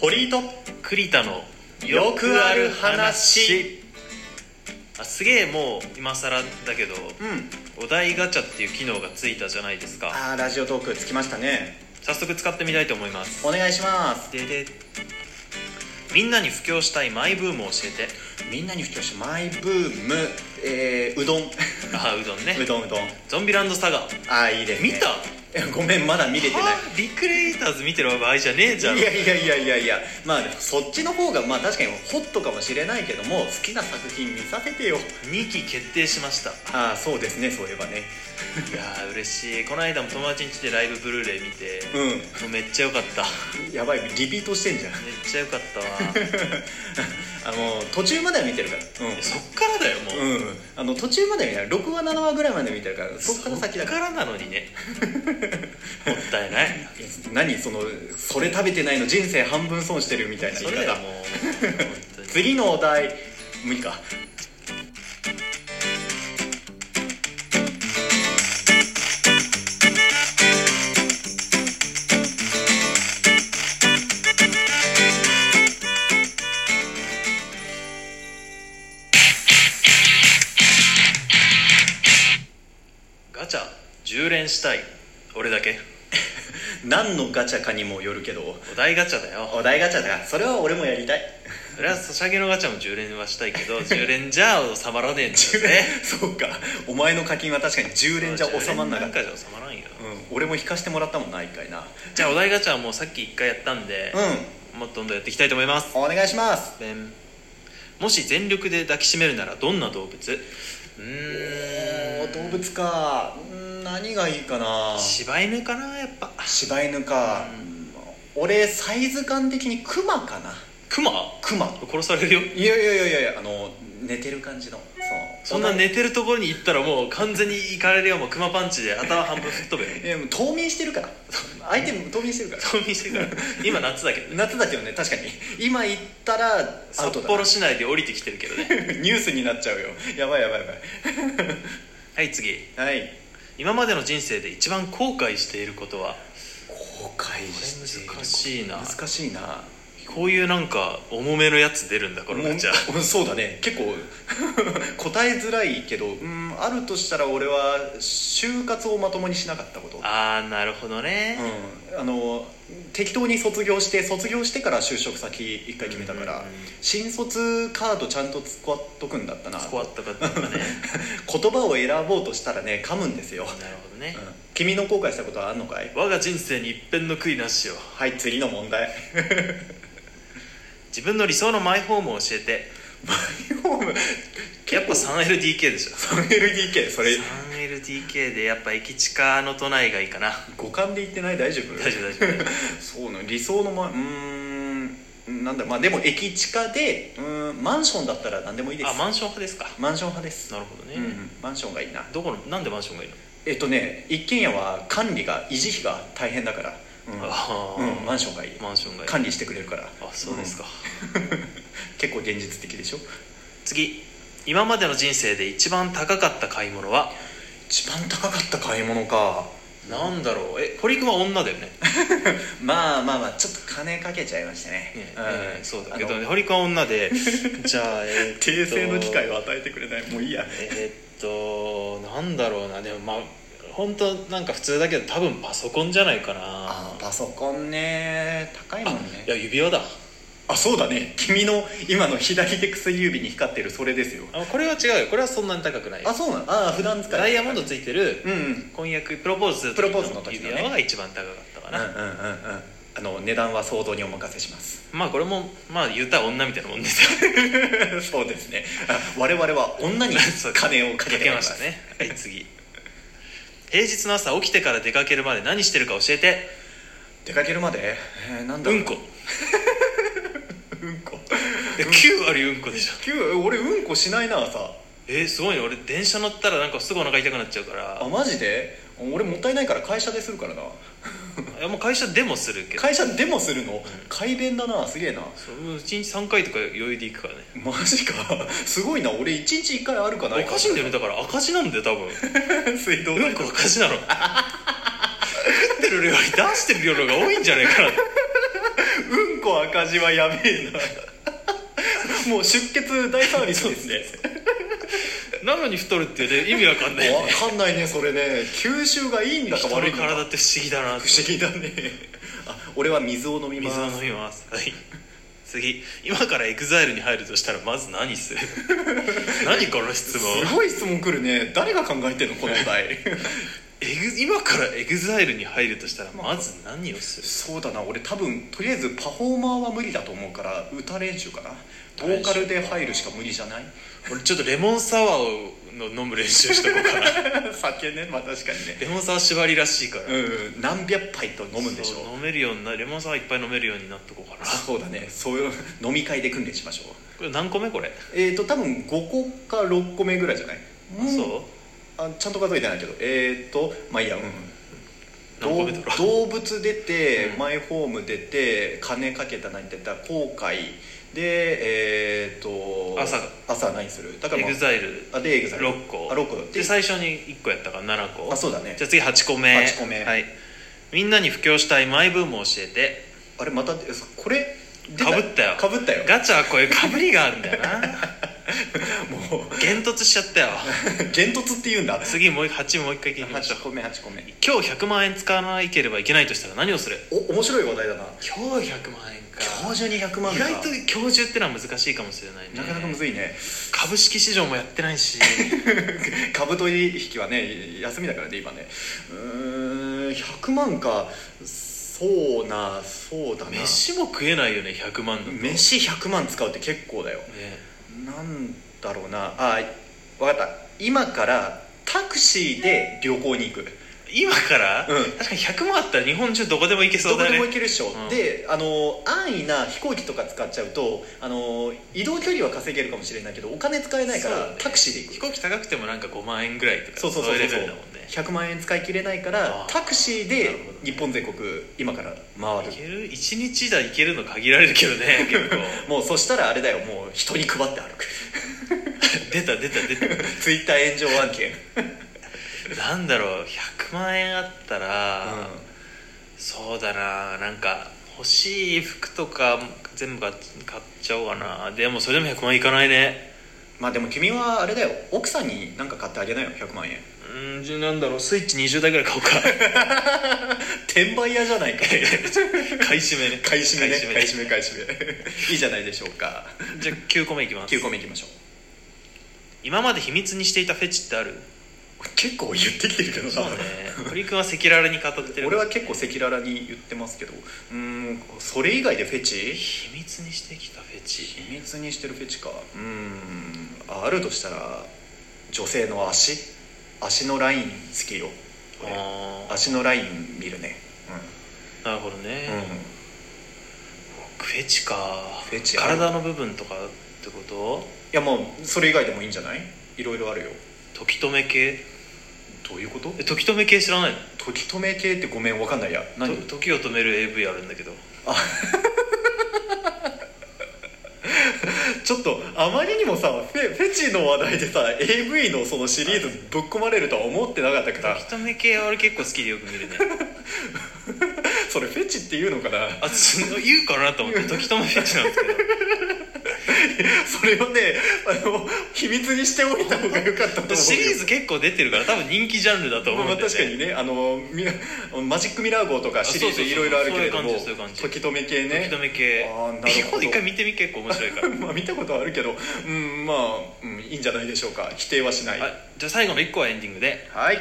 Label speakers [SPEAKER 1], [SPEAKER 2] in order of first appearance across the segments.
[SPEAKER 1] 堀井と
[SPEAKER 2] 栗田の
[SPEAKER 1] よくある話
[SPEAKER 2] あすげえもう今更だけど
[SPEAKER 1] うん
[SPEAKER 2] お題ガチャっていう機能がついたじゃないですか
[SPEAKER 1] あーラジオトークつきましたね
[SPEAKER 2] 早速使ってみたいと思います
[SPEAKER 1] お願いします
[SPEAKER 2] ででみんなに布教したいマイブームを教えて
[SPEAKER 1] みんなに布教したマイブームえー、 うどん
[SPEAKER 2] あうどんね
[SPEAKER 1] うどんうどん
[SPEAKER 2] ゾンビランドサガ
[SPEAKER 1] あーいいです、ね、
[SPEAKER 2] 見た
[SPEAKER 1] えごめんまだ見れ てない
[SPEAKER 2] リクリエイターズ見てる場合じゃねえじゃん
[SPEAKER 1] いやいやいやいやいやまあそっちの方がまあ確かにホットかもしれないけども好きな作品見させてよ
[SPEAKER 2] 2期決定しました
[SPEAKER 1] ああそうですねそういえば ね
[SPEAKER 2] いやー嬉しいこの間も友達ん家でライブブルーレイ見て、
[SPEAKER 1] う
[SPEAKER 2] もうめっちゃ良かった
[SPEAKER 1] んやばいリピートしてんじゃん
[SPEAKER 2] めっちゃ良かったわ
[SPEAKER 1] あの途中までは見てるからうん
[SPEAKER 2] そっからだよもう、
[SPEAKER 1] うん、あの途中まで見ない6話7話ぐらいまで見てるからそっから先だ
[SPEAKER 2] そ
[SPEAKER 1] から
[SPEAKER 2] っからなの にねもったいない
[SPEAKER 1] 何そのそれ食べてないの人生半分損してるみたいな
[SPEAKER 2] そ
[SPEAKER 1] 言い
[SPEAKER 2] れだよ
[SPEAKER 1] 方
[SPEAKER 2] もう本当に
[SPEAKER 1] 次のお題無理か
[SPEAKER 2] ガチャ10連したい俺だけ
[SPEAKER 1] 何のガチャかにもよるけど
[SPEAKER 2] お題ガチャだよ
[SPEAKER 1] お題ガチャだそれは俺もやりたい
[SPEAKER 2] それはソシャゲのガチャも10連はしたいけ ど10連じゃ収まらねえんだよね
[SPEAKER 1] そうかお前の課金は確かに10連じゃ収まんなかった、
[SPEAKER 2] 10連なんかじゃ収まらんよ
[SPEAKER 1] うん、俺も引かしてもらったもんな一回な
[SPEAKER 2] じゃあお題ガチャはもうさっき1回やったんで、
[SPEAKER 1] う
[SPEAKER 2] もっとどんどんやっていきたいと思います
[SPEAKER 1] んお願いします
[SPEAKER 2] でんもし全力で抱きしめるならどんな動物うーん
[SPEAKER 1] 動物かうん何がいいかな
[SPEAKER 2] 柴犬かなやっぱ
[SPEAKER 1] 柴犬か、俺サイズ感的にクマかな
[SPEAKER 2] クマ
[SPEAKER 1] クマ
[SPEAKER 2] 殺されるよ
[SPEAKER 1] いやいやいやいやいやあの寝てる感じのそ
[SPEAKER 2] そ
[SPEAKER 1] うん
[SPEAKER 2] な寝てるところに行ったらもう完全に行かれるよもうクマパンチで頭半分吹っ飛 べ
[SPEAKER 1] いやもう冬眠してるから 相手も冬眠してるから
[SPEAKER 2] 冬眠してるから今夏だけどね
[SPEAKER 1] 夏だけどね確かに今行ったらアウト
[SPEAKER 2] 札
[SPEAKER 1] だ
[SPEAKER 2] 幌市内で降りてきてるけどね
[SPEAKER 1] ニュースになっちゃうよやばいやばいや
[SPEAKER 2] はい次
[SPEAKER 1] ばいはい
[SPEAKER 2] 今までの人生で一番後悔していることは
[SPEAKER 1] 後悔している
[SPEAKER 2] これ難しいな
[SPEAKER 1] 難しいな
[SPEAKER 2] こういうなんか重めのやつ出るんだこのガチャ
[SPEAKER 1] うんそうだね結構答えづらいけどうんあるとしたら俺は就活をまともにしなかったこと
[SPEAKER 2] ああなるほどね、
[SPEAKER 1] うん、あの適当に卒業して卒業してから就職先一回決めたから、
[SPEAKER 2] うんうんうん
[SPEAKER 1] 新卒カードちゃんと使っとくんだったな
[SPEAKER 2] スコアとかっていうのがね
[SPEAKER 1] 言葉を選ぼうとしたらね噛むんですよ、
[SPEAKER 2] なるほどね
[SPEAKER 1] うん、君の後悔したことはあんのかい
[SPEAKER 2] 我が人生に一片の悔いなしよ
[SPEAKER 1] はい次の問題
[SPEAKER 2] 自分の理想のマイホームを教えて
[SPEAKER 1] マイホーム
[SPEAKER 2] やっぱ 3LDK でしょ
[SPEAKER 1] 3LDK それ
[SPEAKER 2] 3LDK でやっぱ駅地下の都内がいいかな
[SPEAKER 1] 五感で言ってない大丈夫
[SPEAKER 2] 大丈夫大丈夫大丈
[SPEAKER 1] そうなの理想のまうーんなんだまあでも駅地下でうーんマンションだったら何でもいいです
[SPEAKER 2] 夫あマンション派ですか
[SPEAKER 1] マンション派です
[SPEAKER 2] なるほどね、
[SPEAKER 1] うんうん、マンションがいいな
[SPEAKER 2] どこのなんでマンションがいいの、
[SPEAKER 1] えっとね一軒家は管理が維持費が大変だから、
[SPEAKER 2] あ
[SPEAKER 1] うん
[SPEAKER 2] ー
[SPEAKER 1] うんマンションがいい
[SPEAKER 2] マンションがいい
[SPEAKER 1] 管理してくれるから
[SPEAKER 2] あそうですか、
[SPEAKER 1] うん結構現実的でしょ
[SPEAKER 2] 次今までの人生で一番高かった買い物は
[SPEAKER 1] 一番高かった買い物か
[SPEAKER 2] なんだろうえ堀君は女だよね
[SPEAKER 1] まあまあまあちょっと金かけちゃいましたね
[SPEAKER 2] ね
[SPEAKER 1] う
[SPEAKER 2] え
[SPEAKER 1] ん
[SPEAKER 2] ーそうだけど
[SPEAKER 1] あ
[SPEAKER 2] ね
[SPEAKER 1] の
[SPEAKER 2] 堀君は女 でじゃあえーっと
[SPEAKER 1] 訂正の機会を与えてくれないもういいや
[SPEAKER 2] えーっとなんだろうなでもまあ本当なんか普通だけど多分パソコンじゃないかな
[SPEAKER 1] あーパソコンね高いもん
[SPEAKER 2] いや
[SPEAKER 1] ね
[SPEAKER 2] 指輪だ
[SPEAKER 1] あそうだね君の今の左手薬指に光ってるそれですよ
[SPEAKER 2] あこれは違うよこれはそんなに高くない
[SPEAKER 1] あそうなのああ普段使い
[SPEAKER 2] ダイヤモンドついてる
[SPEAKER 1] うんうんうん
[SPEAKER 2] 婚約プロポーズする
[SPEAKER 1] プロポーズの時のね
[SPEAKER 2] 指輪が一番高かったか
[SPEAKER 1] うんうん
[SPEAKER 2] な、
[SPEAKER 1] うんあの値段は想像にお任せします
[SPEAKER 2] まあこれもまあ言ったら女みたいなもんですよ
[SPEAKER 1] そうですねあ我々は女 に金をかけ
[SPEAKER 2] か
[SPEAKER 1] て
[SPEAKER 2] け
[SPEAKER 1] ま
[SPEAKER 2] ま
[SPEAKER 1] し
[SPEAKER 2] したた
[SPEAKER 1] ね
[SPEAKER 2] ねはい次平日の朝起きてから出かけるまで何してるか教えて
[SPEAKER 1] 出かけるまで、えー、なんだ
[SPEAKER 2] う
[SPEAKER 1] ろ
[SPEAKER 2] んこ
[SPEAKER 1] うんこ
[SPEAKER 2] え9割うんこでしょ
[SPEAKER 1] きゅう俺うんこしないな朝
[SPEAKER 2] えー、すごいね俺電車乗ったらなんかすぐお腹痛くなっちゃうから
[SPEAKER 1] あマジで俺もったいないから会社でするからない
[SPEAKER 2] やもう会社でもするけど
[SPEAKER 1] 会社でもするの改便だなすげえな
[SPEAKER 2] そうもう1日3回とか余裕で行くからね
[SPEAKER 1] マジかすごいな俺一日一回あるかない
[SPEAKER 2] おかしいん だよねだから赤字なんだよ多分水道うんこ赤字 なの食ってる量より出してる量の方が多いんじゃないかな
[SPEAKER 1] うん個赤字はやべえな もう出血大サービスですね
[SPEAKER 2] なのに太るって、ね、意味わかんないよね
[SPEAKER 1] わかんないねそれね吸収がいいんだか
[SPEAKER 2] 人の
[SPEAKER 1] 悪いんだ
[SPEAKER 2] 体
[SPEAKER 1] か
[SPEAKER 2] って不思議だなって
[SPEAKER 1] 不思議だね あ俺は水を飲みま
[SPEAKER 2] 水を
[SPEAKER 1] す
[SPEAKER 2] 飲みますはい次今からエグザイルに入るとしたらまず 何する何この質問
[SPEAKER 1] すごい質問来るね誰が考えてん のこのお題
[SPEAKER 2] エグ今からエグザイルに入るとしたらまず何をする
[SPEAKER 1] そうだな俺多分とりあえずパフォーマーは無理だと思うから歌練習かな
[SPEAKER 2] 歌
[SPEAKER 1] ボー
[SPEAKER 2] 練習
[SPEAKER 1] カルで入るしか無理じゃない
[SPEAKER 2] 俺ちょっとレモンサワーをの飲む練習しとこう かな
[SPEAKER 1] 酒ねまあ確かにね
[SPEAKER 2] レモンサワー縛りらしいから、
[SPEAKER 1] うん何百杯と飲むんでしょ
[SPEAKER 2] そう飲めるようになレモンサワーいっぱい飲めるようになっとこうかな
[SPEAKER 1] そうだねそういう飲み会で訓練しましょう
[SPEAKER 2] これ何個目これ、
[SPEAKER 1] えっ、ー、と多分5個か6個目ぐらいじゃない
[SPEAKER 2] そう
[SPEAKER 1] あちゃんと数えてないけどえっ、ー、とまあいいやうん
[SPEAKER 2] 何個目だろう
[SPEAKER 1] 動動物出て、
[SPEAKER 2] うん
[SPEAKER 1] マイホーム出て金かけた何出た後悔でえっ、ー、と
[SPEAKER 2] 朝
[SPEAKER 1] 朝何するだから、
[SPEAKER 2] エ
[SPEAKER 1] ま
[SPEAKER 2] グザイル
[SPEAKER 1] あ、あでエグザイル
[SPEAKER 2] 6個
[SPEAKER 1] あ六個
[SPEAKER 2] で最初に1個やったから7個
[SPEAKER 1] あそうだね
[SPEAKER 2] じゃあ次8個目
[SPEAKER 1] 8個目
[SPEAKER 2] はい、みんなに布教したいマイブームを教えて
[SPEAKER 1] あれまたえこれ出
[SPEAKER 2] 被ったよ
[SPEAKER 1] かぶったよ
[SPEAKER 2] ガチャはこういうかぶりがあるんだよな
[SPEAKER 1] もう
[SPEAKER 2] 幻突しちゃったよ
[SPEAKER 1] 幻突って言うんだ
[SPEAKER 2] 次もう8もう一回聞きましょう
[SPEAKER 1] 8個目8個目
[SPEAKER 2] 今日100万円使わなければいけないとしたら何をする
[SPEAKER 1] お面白い話題だな
[SPEAKER 2] 今日100万円
[SPEAKER 1] 今日中に100万
[SPEAKER 2] 意
[SPEAKER 1] か
[SPEAKER 2] 外と今日中ってのは難しいかもしれないね
[SPEAKER 1] なかなかむずいね
[SPEAKER 2] 株式市場もやってない し
[SPEAKER 1] 株取引はね休みだからね今ねうーん100万かそうなそうだな飯
[SPEAKER 2] 飯も食えないよね100万だとね
[SPEAKER 1] 100万使うって結構だよなんだろうなあ分かった今からタクシーで旅行に行く
[SPEAKER 2] 今から、
[SPEAKER 1] うん
[SPEAKER 2] 確かに100万あったら日本中どこでも行けそ
[SPEAKER 1] ど
[SPEAKER 2] う
[SPEAKER 1] こ
[SPEAKER 2] だ
[SPEAKER 1] で
[SPEAKER 2] ね
[SPEAKER 1] も行けるっしょ、
[SPEAKER 2] うん
[SPEAKER 1] であの安易な飛行機とか使っちゃうとあの移動距離は稼げるかもしれないけどお金使えないか
[SPEAKER 2] そう
[SPEAKER 1] ら、
[SPEAKER 2] だね
[SPEAKER 1] タクシーで行く
[SPEAKER 2] 飛行機高くてもなんか5万円ぐらいとか
[SPEAKER 1] そうそうそう
[SPEAKER 2] い
[SPEAKER 1] そう
[SPEAKER 2] レ
[SPEAKER 1] そ
[SPEAKER 2] ベ
[SPEAKER 1] う、
[SPEAKER 2] ルだもんね
[SPEAKER 1] 100万円使い切れないから
[SPEAKER 2] あー
[SPEAKER 1] タクシー
[SPEAKER 2] なる
[SPEAKER 1] で
[SPEAKER 2] ほどね
[SPEAKER 1] 日本全国今から回る
[SPEAKER 2] いける1日だいけるの限られるけど ね結構
[SPEAKER 1] もうそしたらあれだよもう人に配って歩 く
[SPEAKER 2] 出た出た出た
[SPEAKER 1] ツイッター炎上案件
[SPEAKER 2] なんだろう100万円あったら、
[SPEAKER 1] うん
[SPEAKER 2] そうだななんか欲しい服とか全部買っ買っちゃおうかなでもそれでも100万いかないね
[SPEAKER 1] まあでも君はあれだよ奥さんに何か買ってあげなよ100万円
[SPEAKER 2] うんじゃあなんだろうスイッチ20台ぐらい買お うか
[SPEAKER 1] 転売屋じゃないか
[SPEAKER 2] 買い占めね
[SPEAKER 1] 買い占めね
[SPEAKER 2] 買い占め
[SPEAKER 1] 買い占め買い占めいいじゃないでしょうか
[SPEAKER 2] じゃあ9個目いきます
[SPEAKER 1] 9個目いきましょう
[SPEAKER 2] 今まで秘密にしていたフェチってある
[SPEAKER 1] 結構言ってきてるけど
[SPEAKER 2] そう
[SPEAKER 1] な
[SPEAKER 2] ね堀君は赤裸々に語ってる
[SPEAKER 1] 俺は結構赤裸々に言ってますけどうーんそれ以外でフェチ
[SPEAKER 2] 秘密にしてきたフェチ
[SPEAKER 1] 秘密にしてるフェチかうーんああるとしたら女性の足足のライン好きよ俺
[SPEAKER 2] あ
[SPEAKER 1] 足のライン見るね
[SPEAKER 2] あなるほどね
[SPEAKER 1] うん、、うん、
[SPEAKER 2] フェチか
[SPEAKER 1] フェチある
[SPEAKER 2] 体の部分とかってこ
[SPEAKER 1] いやもうそれ以外でもいいんじゃないいろいろあるよ
[SPEAKER 2] と時止め系
[SPEAKER 1] どういうこと
[SPEAKER 2] え時止め系知らないの
[SPEAKER 1] 時止め系ってごめんわかんないや何
[SPEAKER 2] と時を止める AV あるんだけど
[SPEAKER 1] ちょっとあまりにもさフェフェチの話題でさ AV のそのシリーズぶっ込まれるとは思ってなかったから
[SPEAKER 2] 時止め系は俺結構好きでよく見るね
[SPEAKER 1] それフェチっていうのかな
[SPEAKER 2] あその言うかなと思って時止めフェチなんですけど
[SPEAKER 1] それをねあの秘密にしておいた方がよかったと思う よ
[SPEAKER 2] シリーズ結構出てるから多分人気ジャンルだと思うん
[SPEAKER 1] ま
[SPEAKER 2] だ
[SPEAKER 1] あ、
[SPEAKER 2] よね
[SPEAKER 1] 確かにねあのみマジックミラー号とかシリーズ
[SPEAKER 2] あそうそうそう
[SPEAKER 1] いろいろあるけれども
[SPEAKER 2] そういう感じそういう感
[SPEAKER 1] 時止め系ね
[SPEAKER 2] 時止め系
[SPEAKER 1] あーなるほど
[SPEAKER 2] 日本で一回見てみ結構面白いか ら
[SPEAKER 1] まあ見たことはあるけどうんまあ、うん、いいんじゃないでしょうか否定はしない
[SPEAKER 2] はいじゃあ最後の1個はエンディングで
[SPEAKER 1] はい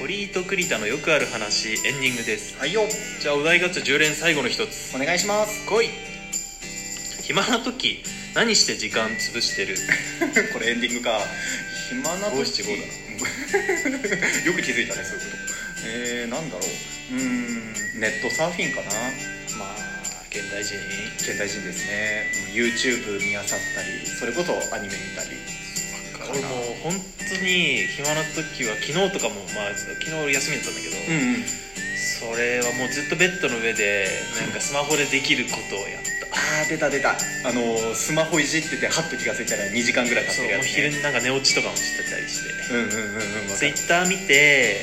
[SPEAKER 2] 堀井と栗田のよくある話エンディングです
[SPEAKER 1] はいよ
[SPEAKER 2] じゃあお題ガチャ10連最後の一つ
[SPEAKER 1] お願いし ます
[SPEAKER 2] 来い暇な時何して時間潰して る
[SPEAKER 1] これエンディングか暇な
[SPEAKER 2] 五
[SPEAKER 1] 時
[SPEAKER 2] 七五だ
[SPEAKER 1] よく気づいたねそういうことえー、なんだろううーんネットサーフィンかな
[SPEAKER 2] まあ現代人
[SPEAKER 1] 現代人ですねうん YouTube 見あさったりそれこそアニメ見たり
[SPEAKER 2] 俺もう本当に暇な時は昨日とかもまあ昨日俺休みだったんだけど、
[SPEAKER 1] うんうん
[SPEAKER 2] すそれはもうずっとベッドの上でなんかスマホでできることをやった
[SPEAKER 1] あー出た出たあのースマホいじっててハッと気が付いたら2時間ぐらい経っ
[SPEAKER 2] そ
[SPEAKER 1] て
[SPEAKER 2] う
[SPEAKER 1] る
[SPEAKER 2] も
[SPEAKER 1] や
[SPEAKER 2] う
[SPEAKER 1] つ、
[SPEAKER 2] 昼
[SPEAKER 1] ね、
[SPEAKER 2] になんか寝落ちとかもしてたりして
[SPEAKER 1] うんうんうんうんわかる
[SPEAKER 2] ツイッター見て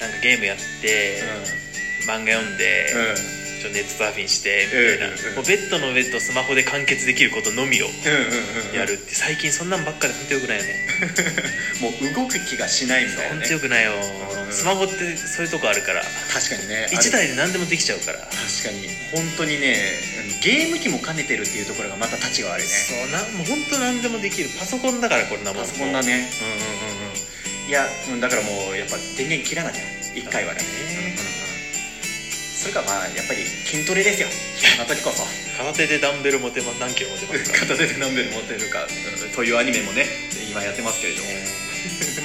[SPEAKER 2] なんかゲームやって、漫画読んで、
[SPEAKER 1] うんうん
[SPEAKER 2] ちょっとネットサーフィンしてみたいな、
[SPEAKER 1] うんうん
[SPEAKER 2] もうベッドの上とスマホで完結できることのみを
[SPEAKER 1] うんうんうん
[SPEAKER 2] やるって最近そんなんばっかで本当よくないよね
[SPEAKER 1] もう動く気がしないみたい
[SPEAKER 2] 本
[SPEAKER 1] なね
[SPEAKER 2] 当よくないよ、
[SPEAKER 1] うん
[SPEAKER 2] スマホってそういうとこあるから
[SPEAKER 1] 確かにね
[SPEAKER 2] 1台で何でもできちゃうから、
[SPEAKER 1] 確かに本当にねゲーム機も兼ねてるっていうところがまた立ちが悪いね
[SPEAKER 2] そうなもう本当何でもできるパソコンだからこんなもん
[SPEAKER 1] パソコンだねうんうんうんうんいやうんだからもうやっぱ電源切らなきゃ1回はね、
[SPEAKER 2] うん
[SPEAKER 1] うんうんうんそれかまあやっぱり筋トレですよそんな時こそ
[SPEAKER 2] 片手でダンベル持てま何キロ持てますか
[SPEAKER 1] 片手で何べん持ってるかうんというアニメもね今やってますけれども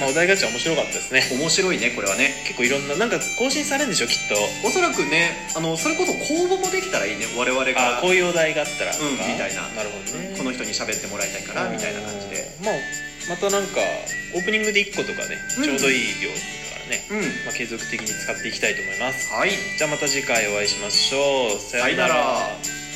[SPEAKER 2] まあお題ガチャ面白かったですね
[SPEAKER 1] 面白いねこれはね
[SPEAKER 2] 結構いろんななんか更新されるんでしょきっと
[SPEAKER 1] おそらくねあのそれこそ公募もできたらいいね我々
[SPEAKER 2] あ
[SPEAKER 1] が
[SPEAKER 2] こういうお題があったら
[SPEAKER 1] うんみたいな
[SPEAKER 2] なるほどね
[SPEAKER 1] この人に喋ってもらいたいからみたいな感じで
[SPEAKER 2] うんまあまたなんかオープニングで1個とかね
[SPEAKER 1] うん
[SPEAKER 2] ちょうどいい量だからね、
[SPEAKER 1] うん
[SPEAKER 2] まあ、継続的に使っていきたいと思います
[SPEAKER 1] はい
[SPEAKER 2] じゃあまた次回お会いしましょうさようなら、
[SPEAKER 1] さよなら